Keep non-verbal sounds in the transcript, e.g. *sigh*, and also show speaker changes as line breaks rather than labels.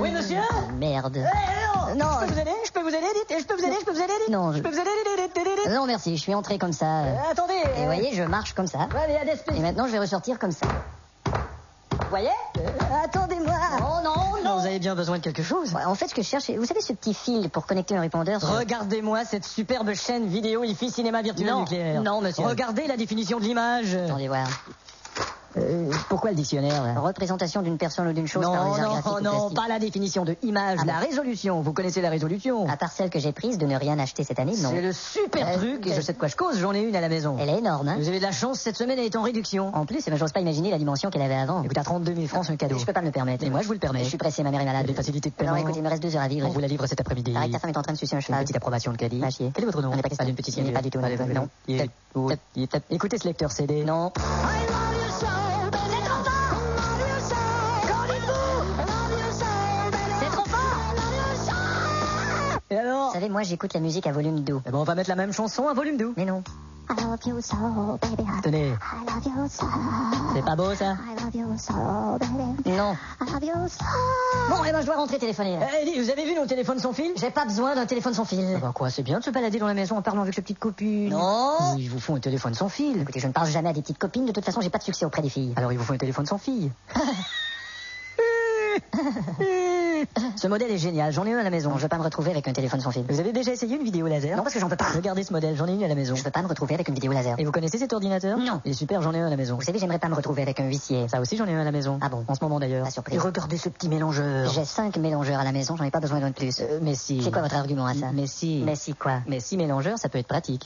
Oui,
monsieur
Merde.
Eh,
Ah, Non.
non Je peux vous aider Je peux vous aider dites Je peux vous aider Je peux vous aider dites
Non, je-
Je peux vous aider dites, dites, dites, dites, dites.
Ah Non, merci, je suis entré comme ça.
Euh, Attendez
Et vous voyez, je marche comme ça.
Allez, à
Et maintenant, je vais ressortir comme ça. Vous voyez
euh, Attendez-moi
Oh non, non.
Vous avez bien besoin de quelque chose
Ouais, En fait, ce que je cherche, c'est- vous savez ce petit fil pour connecter un répondeur sur-
Regardez-moi cette superbe chaîne vidéo IFI Cinéma Virtuel
Non.
Nucléaire.
Non, monsieur.
Regardez la définition de l'image.
Attendez voir.
Euh, pourquoi le dictionnaire là
Représentation d'une personne ou d'une chose par des
Non,
arts
non,
graphiques ou
non,
plastiques.
pas la définition de image,
Ah
la résolution. Vous connaissez la résolution.
À part celle que j'ai prise de ne rien acheter cette année, non.
C'est le super
Euh,
truc et
euh,
je sais de quoi je cause, j'en ai une à la maison.
Elle est énorme, hein.
Vous avez de la chance, cette semaine elle est en réduction.
En plus, eh ben, j'ose pas imaginer la dimension qu'elle avait avant.
Écoute, à 32 000 francs, c'est un cadeau.
Je peux pas me le permettre.
Mais moi, je vous le permets.
Je suis pressé, ma mère est malade.
Des facilités de
Alors
paiement.
écoutez, il me reste deux heures à vivre.
On vous la livre cet après-midi.
Arrête, ta femme est en train de sucer un
Une
cheval.
petite approbation de Caddy.
Va chier.
Quel est votre nom
On n'est pas question.
d'une petite
Il n'est
signée.
pas du tout,
Pas
non.
de-
Non.
Il est-
Tap, tap.
il est tap- Écoutez ce lecteur CD.
Non.
C'est trop fort
Et
Vous
alors
savez, moi, j'écoute la musique à volume doux.
Eh ben, on va mettre la même chanson à volume doux.
Mais non.
I love you so, baby.
Tenez,
I love you so.
c'est pas beau ça
I love you so, baby.
Non.
I love you so.
Bon, eh ben, je dois rentrer téléphoner. là.
Eh, Eddie, vous avez vu nos téléphones sans fil
J'ai pas besoin d'un téléphone sans fil.
Ah ben quoi, c'est bien de se balader Mmh. dans la maison en parlant avec ses petites copines.
Non.
Ou Ils vous font un téléphone sans fil.
Écoutez, je ne parle jamais à des petites copines. De toute façon, j'ai pas de succès auprès des filles.
Alors ils vous font un téléphone
*laughs*
sans fil. ce modèle est génial, j'en ai un à la maison.
Non, je veux pas me retrouver avec un téléphone sans fil.
Vous avez déjà essayé une vidéo laser
Non, parce que j'en peux pas.
Regardez ce modèle, j'en ai une à la maison.
Je veux pas me retrouver avec une vidéo laser.
Et vous connaissez cet ordinateur
Non.
Il est super, j'en ai un à la maison.
Vous savez, j'aimerais pas me retrouver avec un huissier.
Ça aussi, j'en ai un à la maison.
Ah bon
En ce moment d'ailleurs.
Pas surprise.
Et regardez ce petit mélangeur.
J'ai cinq mélangeurs à la maison, j'en ai pas besoin d'un de plus.
Euh, mais si.
C'est quoi votre argument à ça
Mais si.
Mais si quoi
Mais si mélangeur, ça peut être pratique.